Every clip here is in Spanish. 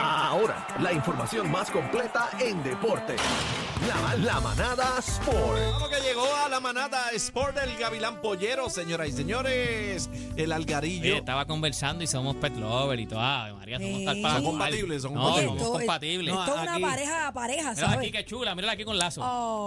Ahora, la información más completa en deporte. La, la manada Sport. Vamos que llegó a la manada Sport del Gavilán Pollero, señoras y señores. El Oye, algarillo. estaba conversando y somos pet lover y todo. Ay, María, somos Sí. tal para Son cual. compatibles, son no, compatibles. somos Esto- compatibles. Esto es aquí- una pareja a pareja, Mírala ¿sabes? Oh, aquí, qué chula. Mírala aquí con lazo.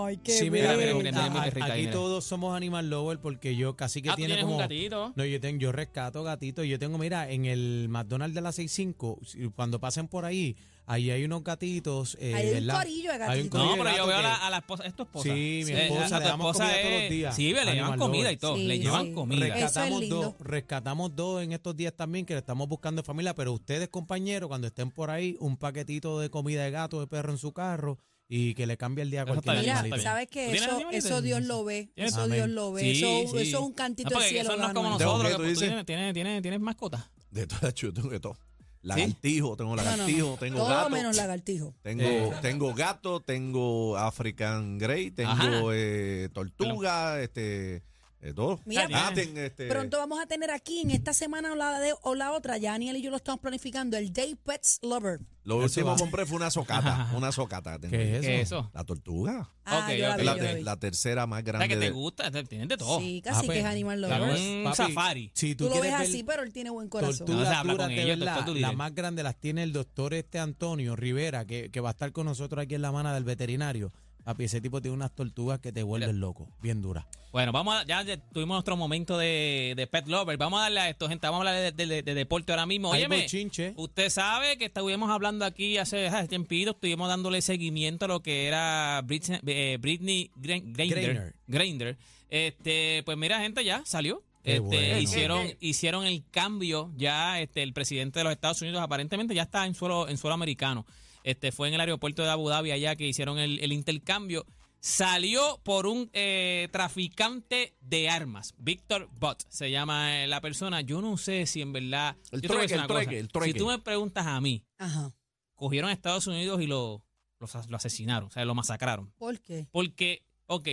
Ay, qué Sí, mira, Mira, mira, bello. pero mira, mira, mira, a- mira, aquí mira. todos somos animal lover porque yo casi que Ah, tú tiene tienes como un gatito. No, yo tengo yo rescato gatitos, yo tengo, mira, en el McDonald's de la 65, si- cuando pasen por ahí, ahí hay unos gatitos, eh, Ahí hay un ¿verdad? corillo de Hay un gatitos. No, corillo de pero yo gatos veo a que- la, a la esposa. ¿Es tu esposa? Sí, mi Eh, esposa, a le tu damos esposa comida todos los es- días. Sí, le llevan Animal comida lover. y todo. Sí, le llevan sí. comida. Eso es Rescatamos lindo. dos, rescatamos dos en estos días también que le estamos buscando familia, pero ustedes compañeros, cuando estén por ahí, un paquetito de comida de gato, de perro en su carro y que le cambie el día a Eso está cualquier bien, Mira, está animalito. ¿sabes ¿Tú qué? tienes Eso, animalitos? eso Dios lo ve. ¿Tienes? Eso Amén. Dios lo ve. Sí, eso, sí. eso es un cantito No, del porque cielo. eso no es como Manuel. ¿De nosotros. qué que tú tú dices? tienes- tienes- tienes- ¿Tienes mascota? De todo, yo tengo de todo. Lagartijo, tengo No, no, no. lagartijo, tengo Todo gato. menos lagartijo. Tengo, tengo gato, tengo African Grey, Ajá. tengo eh, tortuga, este, eh, todo. Mira, Ah, pues, ten- este, Pronto vamos a tener aquí en esta semana o la, de, o la otra, ya Aniel y yo lo estamos planificando, el Day Pets Lover. Lo Eso último va. que compré fue una socata, una socata. que tengo ¿Qué ahí. es ¿Qué es eso? eso? La tortuga. Ah, Ok, yo la ok, Es vi, la, yo la te- vi. la tercera más O grande. sea, que te de- gusta, te- tienes de todo. Sí, Ah, casi pues, que es animal la lover. ves, Un safari. Si tú, Tú lo ves quieres ver así, pero él tiene buen corazón. No se Tortugas habla duras, con de ellos, verdad, doctor, dile. las más grandes las tiene el doctor este Antonio Rivera, que, que va a estar con nosotros aquí en la mano del veterinario. Papi, ese tipo tiene unas tortugas que te vuelven loco, bien duras. Bueno, vamos a, ya ya tuvimos nuestro momento de, de pet lover. Vamos a darle a esto, gente. Vamos a hablar de, de- de deporte ahora mismo. Hay Óyeme, bochinche. usted sabe que estuvimos hablando aquí hace, hace tiempito, estuvimos dándole seguimiento a lo que era Britney, eh, Britney Gren- Grainder. Grainer. Grainder. Este, pues mira, gente, ya salió. Qué Este, bueno. hicieron, hicieron el cambio ya este, el presidente de los Estados Unidos aparentemente ya está en suelo, en suelo americano. Este, fue en el aeropuerto de Abu Dhabi allá que hicieron el, el intercambio. Salió por un eh, traficante de armas, Víctor Bott se llama eh, la persona. Yo no sé si en verdad... El yo te voy a trueque, el decir una cosa. trueque, el trueque. Si tú me preguntas a mí, Ajá. cogieron a Estados Unidos y lo, los as- lo asesinaron, o sea, lo masacraron. ¿Por qué? Porque, ok,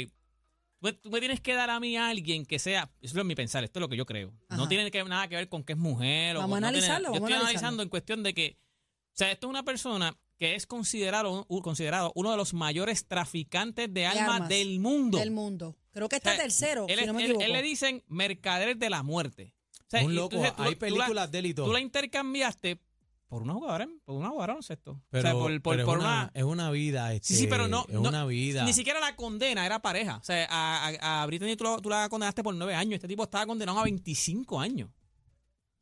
tú, tú me tienes que dar a mí a alguien que sea, eso es mi pensar, esto es lo que yo creo. No Ajá. tiene que, nada que ver con que es mujer o Vamos con- a no tiene- analizarlo, Yo vamos a estoy analizarlo. analizando en cuestión de que, o sea, esto es una persona que es considerado, un- considerado uno de los mayores traficantes de armas, armas. del mundo. Del mundo. Creo que O sea, está tercero, Él, si no me él- equivoco. él le dicen mercader de la muerte. O sea, y un tú loco, dices, tú- tú hay la- películas de él y todo. tú la intercambiaste por una jugadora, por una jugadora baloncesto. pero, o sea, por, por- pero por es, una, una, es una vida. Sí, sí, pero este, no- Es no- una vida. Ni siquiera la condena, era pareja. O sea, a, a, a Brittany tú, la- tú la condenaste por nueve años. Este tipo estaba condenado a 25 años. O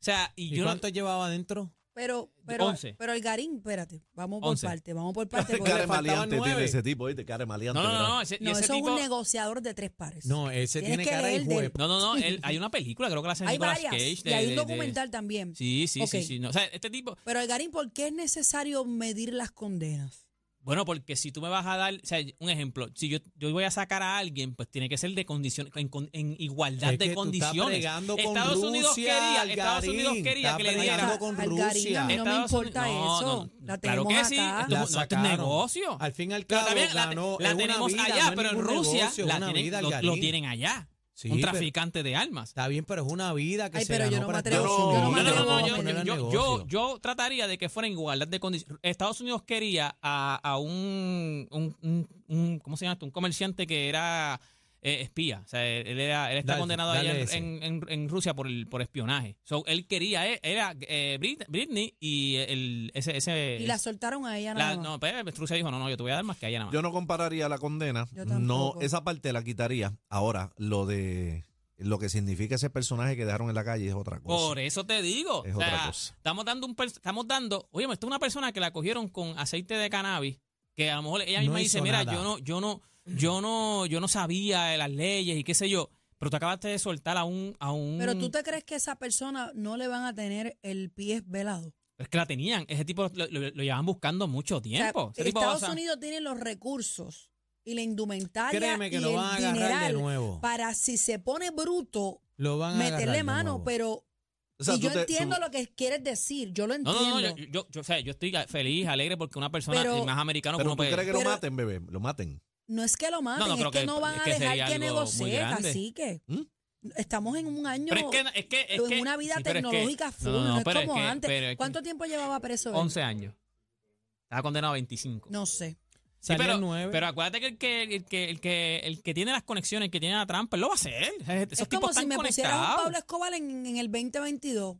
sea, y, ¿Y yo no- cuánto llevaba adentro? Pero, pero, Eh, Once. pero el Garín, espérate, vamos por Once. parte, vamos por parte. porque- Care faltaban maleante tiene nueve. ese tipo, ¿viste? Care maleante. no, no, no, ¿verdad? no, ese, y no, ese eso tipo, es un negociador de tres pares. No, ese Tienes tiene que cara leer y del- huepo. No, no, no, él- hay una película, creo que la hace hay Nicolas varias. Cage. de- y hay de- un de- documental también. Sí, sí, Ok. sí, sí. no. O sea, este tipo, Pero el Garín, ¿por qué es necesario medir las condenas? bueno, porque si tú me vas a dar, o sea, un ejemplo, si yo, yo voy a sacar a alguien, pues tiene que ser de condición, en, con- en igualdad Es de que tú estás condiciones. bregando con Estados Unidos Rusia, quería, Algarín. Estados Unidos quería Estás que le bregando diera. Eh, con Al Garín, a mí Rusia. no me Estados importa Unidos- no, eso. no, la claro tenemos que sí. acá. La- La no, esto es sacaron. negocio. Al fin y al Pero cabo, también la, ganó, la es una tenemos vida, no allá, es pero en ningún Rusia negocio, la es una tienen- vida, lo, lo Algarín. tienen allá. Sí, un pero- traficante de armas. Está bien, pero es una vida que Ay, se pero yo ganó no me para atrevo, Estados yo no me Unidos. No, no, atrevo. no, Vamos a yo, ponerlo yo- yo- al negocio. yo- yo trataría de que fuera en igualdad de condiciones. Estados Unidos quería a, a un, un- un- un- ¿cómo se llama esto? Un comerciante que era eh, espía. O sea, él, era- él está Dale, condenado dale allá en, ese. en- en- en Rusia por, el- por espionaje. So, él quería, eh, era eh, Brit- Britney y el, ese... ese Y la soltaron a ella la- nada más. no, pero Rusia dijo, no, no, yo te voy a dar más que allá nada más. Yo no compararía la condena. Yo no, tampoco. esa parte la quitaría. Ahora, lo de lo que significa ese personaje que dejaron en la calle es otra Por cosa. eso te digo. Es o sea, otra cosa. Estamos dando un pers- estamos dando, oye, esto es una persona que la cogieron con aceite de cannabis, que a lo mejor ella No misma hizo dice, mira, nada". yo no, yo no, yo no, yo no sabía de las leyes y qué sé yo. Pero tú acabaste de soltar a un, a un Pero tú te crees que esa persona no le van a tener el pie velado. es que la tenían, ese tipo lo, lo- lo llevaban buscando mucho O sea, tiempo. Ese tipo, Estados o sea, Unidos tiene los recursos y la indumentaria Créeme que y lo el van a agarrar de dineral nuevo. para si se pone bruto Lo van a agarrar meterle de mano, pues. nuevo. pero O sea, y tú yo te- entiendo tú- lo que quieres decir, yo lo no, entiendo. no, no, yo, yo- yo- o sea, yo estoy feliz, alegre porque una persona Pero- más americano Pero como tú crees que lo Pero- maten, bebé, lo maten. No es que lo maten, no, es creo que, que- no van es a que dejar sería que algo muy negocie, grande. así que ¿Mm? estamos en un año Pero es que, es que, es en que- una vida sí, pero es que- tecnológica full, no, no, no, pero es como que- antes. pero es que- ¿Cuánto tiempo llevaba preso? él? 11 años. Estaba condenado a 25. No sé. Sí, Salió pero, el 9. pero acuérdate que el que, el, que, el, que, el que tiene las conexiones, el que tiene la trampa, él lo va a hacer. Esos tipos es como están si me pusieran un conectados. Pablo Escobar en, en el 2022.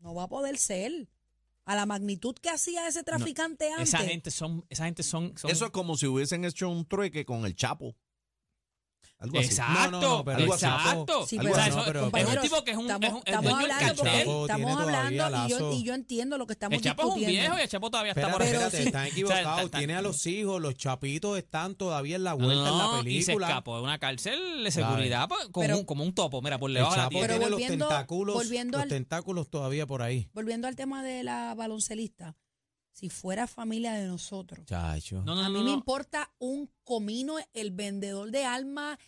No va a poder ser. A la magnitud que hacía ese traficante antes. Esa gente son, esa gente son, son- Eso es como si hubiesen hecho un trueque con el Chapo. Algo así. Exacto, No, no, no, pero algo así. exacto. Sí, Algo pero, así. no, No, pero- compañeros, es un tipo que es un- estamos, es un- es estamos dueño del hablando, cartel. El Chapo Estamos tiene todavía hablando y yo, lazo. y yo entiendo lo que estamos el Chapo es un discutiendo. viejo y el Chapo todavía está Espérate, por ahí. pero espérate, sí. están equivocados. O sea, está- Tiene a los hijos, los chapitos están todavía en la vuelta en la No, película. y se escapó de una cárcel de seguridad pa- como, Pero- un, como un topo, mira, por El debajo de la Chapo tierra. Pero tiene los volviendo- tentáculos, volviendo los al- tentáculos todavía por ahí. Volviendo al tema de la baloncelista, si fuera familia de nosotros, Chacho. No, no, a no, mí no, me no. importa un comino, el vendedor de alma,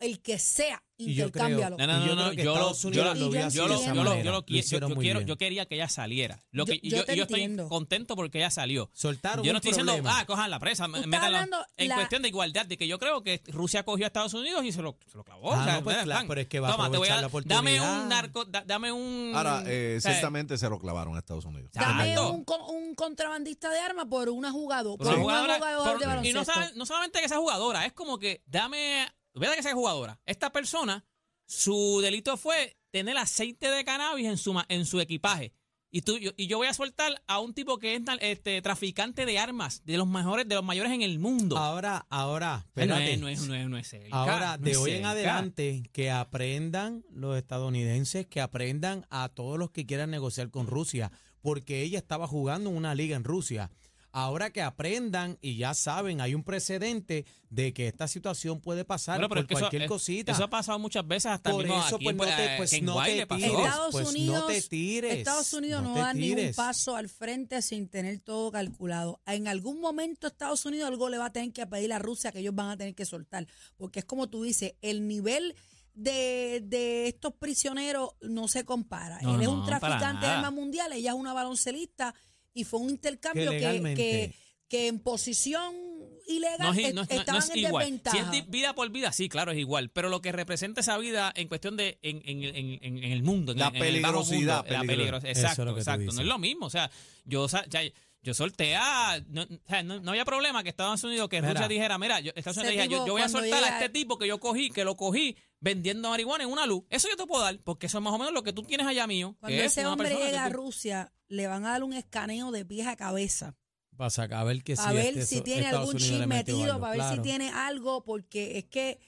el que sea, Y yo creo- intercámbialo. No, no, Y yo no, no, creo que yo lo, Estados yo, Unidos la- lo yo, vio así yo de lo, esa yo, lo- manera. yo, Lo lo, qui- yo, hicieron yo muy quiero, bien. yo quería que ella saliera. Lo Yo- que, y yo yo, te y yo estoy entiendo. contento porque ella salió. Soltaron Yo un no estoy diciendo, problema. ah, cojan la presa, estás métanla. hablando En la- cuestión de igualdad, de que yo creo que Rusia cogió a Estados Unidos y se lo, se lo clavó. Ah, oh, o sea, no, pues ustedes claro, están. pero es que va a Toma, te voy aprovechar la Dame oportunidad. un narco, da- dame un... Ahora, eh, o sea, ciertamente se lo clavaron a Estados Unidos. Dame Exacto. un, co- un contrabandista de armas por una jugadora, por Una un jugadora- jugador por- de y baloncesto. no, sabe- no solamente que sea jugadora, es como que dame, ¿verdad que sea jugadora? Esta persona, su delito fue tener aceite de cannabis en su, ma- en su equipaje. Y, tú, yo, y yo voy a soltar a un tipo que es na- este, traficante de armas, de los mejores, de los mayores en el mundo. Ahora, ahora, Ay, no, Ah, espérate. es, no, es, no, es, no es cerca, Ahora, no de es hoy en cerca. adelante, que aprendan los estadounidenses, que aprendan a todos los que quieran negociar con Rusia, porque ella estaba jugando en una liga en Rusia. Ahora que aprendan y ya saben, hay un precedente de que esta situación puede pasar Bueno, pero es por que eso- cualquier eh, cosita. Eso ha pasado muchas veces hasta Por mismo eso, aquí, pues, no eh, te- pues, Ken no te Guay le pasó. tires. Estados pues, no te Unidos, tires, Estados Unidos no no, te da ni un tires. paso al frente sin tener todo calculado. En algún momento Estados Unidos algo le va a tener que pedir a Rusia que ellos van a tener que soltar, porque es como tú dices, el nivel de, de estos prisioneros no se compara. No, Él es no, un para traficante de nada. armas mundial, ella es una baloncelista y fue un intercambio que, legalmente. que, que en posición No ilegal es, est- no es- no es- no estaban es en igual. Si desventaja. es di- vida por vida, sí, claro, es igual. Pero lo que representa esa vida en cuestión de en, en- en- en- en el mundo, en, La el- en el bajo mundo, peligrosidad, la peligro. peligrosidad. Eso es lo Exacto, que tú exacto. dices. No es lo mismo. O sea, yo, sa- ya- yo solté a. No, o sea, no- no había problema que Estados Unidos, que Mira. Rusia dijera, mira, yo, Estados Ese Unidos dijera, yo, tipo, yo voy a cuando soltar a llega- este tipo que yo cogí, que lo cogí vendiendo marihuana en una luz. Eso yo te puedo dar, porque eso es más o menos lo que tú tienes allá mío. que Cuando es ese una hombre persona que llega a tú- Rusia, le van a dar un escaneo de pies a cabeza. Para sacar, a ver que a si ver este si so- tiene Estados algún Unidos le chip metió metido, algo, para ver si claro. tiene algo, porque es que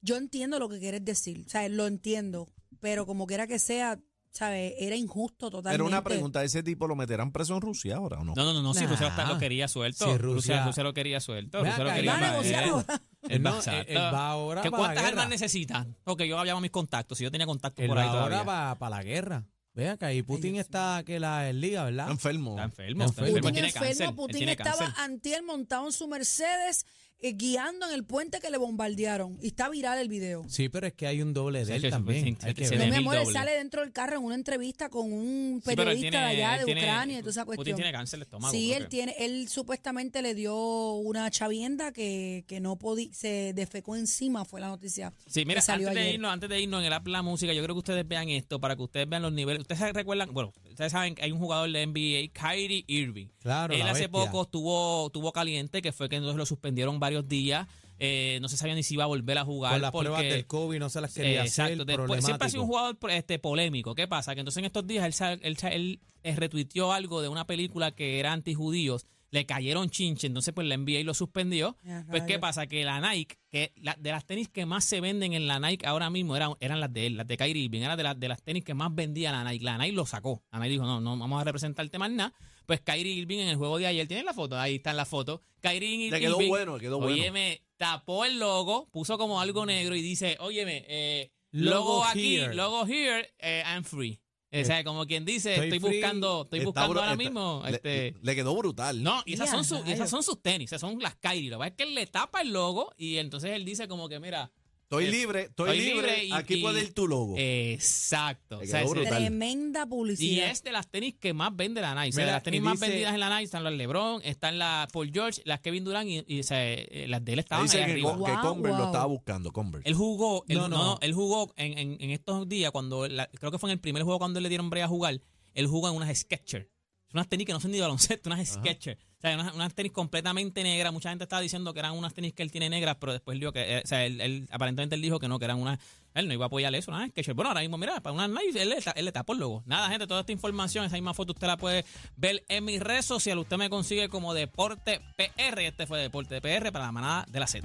yo entiendo lo que quieres decir, o sea, lo entiendo, pero como quiera que sea, ¿sabes? Era injusto totalmente. Pero una pregunta, ¿ese tipo lo meterán preso en Rusia ahora o no? No, no, no, no, sí, Nah. Rusia lo quería suelto. Sí, Rusia, Rusia- Rusia lo quería suelto. Ve Rusia lo acá, quería Va a Ibarra, más- negociar eh, ahora. Él No, va- él- exacto. él va ahora ¿Qué para la cuántas guerra. armas necesitan? Porque yo llamaba a mis contactos, si yo tenía contactos Él por va ahí ahora todavía. para la guerra. Ve acá, y Putin está que la liga, ¿verdad? Está enfermo. Está enfermo, está Putin enfermo, Putin tiene enfermo, cáncer. él Putin tiene estaba cáncer. antier montado en su Mercedes eh, guiando en el puente que le bombardearon y está viral el video. Sí, pero es que hay un doble de Sí, él sí, sí, también. sí, Hay sí, que sí, ver. No, mi mil amor, él dobles. sale dentro del carro en una entrevista con un Sí, pero él periodista de tiene- allá de él tiene- Ucrania y toda esa Putin cuestión. tiene cáncer de estómago. Sí, creo él que. tiene, él supuestamente le dio una chavienda que, que no podía, se defecó encima, fue la noticia. Sí, mira, que salió antes de, ayer. irnos, antes de irnos en el app La Música, yo creo que ustedes vean esto para que ustedes vean los niveles. Ustedes se recuerdan, bueno, ustedes saben que hay un jugador de NBA, Kyrie Irving. Claro, Él la hace bestia. poco estuvo, estuvo caliente, que fue que entonces lo suspendieron varios días. Eh, no se sabía ni si iba a volver a jugar. Con las pruebas porque- del COVID no se las quería hacer. Exacto. Después, siempre ha sido un problemático. jugador este, polémico. ¿Qué pasa? Que entonces en estos días él, sa- él, sa- él, eh, retuiteó algo de una película que era antijudíos. Le cayeron chinche, entonces pues la NBA y lo suspendió. Ya, Pues ¿qué rayos. pasa? Que la Nike, que la- de las tenis que más se venden en la Nike ahora mismo eran, eran las de él, las de Kyrie Irving, eran de, las de las tenis que más vendía la Nike. La Nike lo sacó. La Nike dijo, no, no vamos a representarte más nada. Pues Kyrie Irving en el juego de ayer, ¿tienen la foto? Ahí está en la foto. Kyrie Irving... Le quedó bueno, le quedó bueno. Óyeme, tapó el logo, puso como algo negro y dice, óyeme, eh, Logo logo, aquí, here. logo here, eh, I'm free. O sea, como quien dice, Estoy estoy, free, buscando, estoy Está buscando bru- ahora está- mismo... le- este, Le, quedó brutal. no, y esas, Ya, son sus, y rayos. esas son sus tenis, esas son las Kyrie. Lo que pasa es que él le tapa el logo y entonces él dice como que, mira, Estoy eh, libre, estoy, estoy libre. libre y- Aquí y- eh, puede ir tu logo. exacto. Le O sea, quedó ese- brutal. Tremenda y publicidad. es de las tenis que más vende la Nike. O sea, Mira, de las tenis y más dice- vendidas en la Nike están las LeBron, están las Paul George, las Kevin Durant y, y, o sea, eh, las de él estaban Dice ahí que, arriba. con- que Wow, Converse lo wow. estaba buscando, Converse. Él jugó, él, No, no, no. no, él jugó en, en- en estos días, cuando la- creo que fue en el primer juego cuando le dieron brea a jugar, él jugó en unas Sketchers. unas tenis que no son ni de baloncesto, unas sketches. O sea, unas, unas tenis completamente negras. Mucha gente estaba diciendo que eran unas tenis que él tiene negras, pero después él dijo que, eh, o sea, él, él- aparentemente él dijo que no, que eran unas, él no iba a apoyar eso, unas sketches. Bueno, ahora mismo, mira, para unas Nike, él, le ta- él le tapó el logo. Nada, gente, toda esta información, esa misma foto usted la puede ver en mis redes sociales. Usted me consigue como Deporte PR. Este fue Deporte PR para la manada de la Z.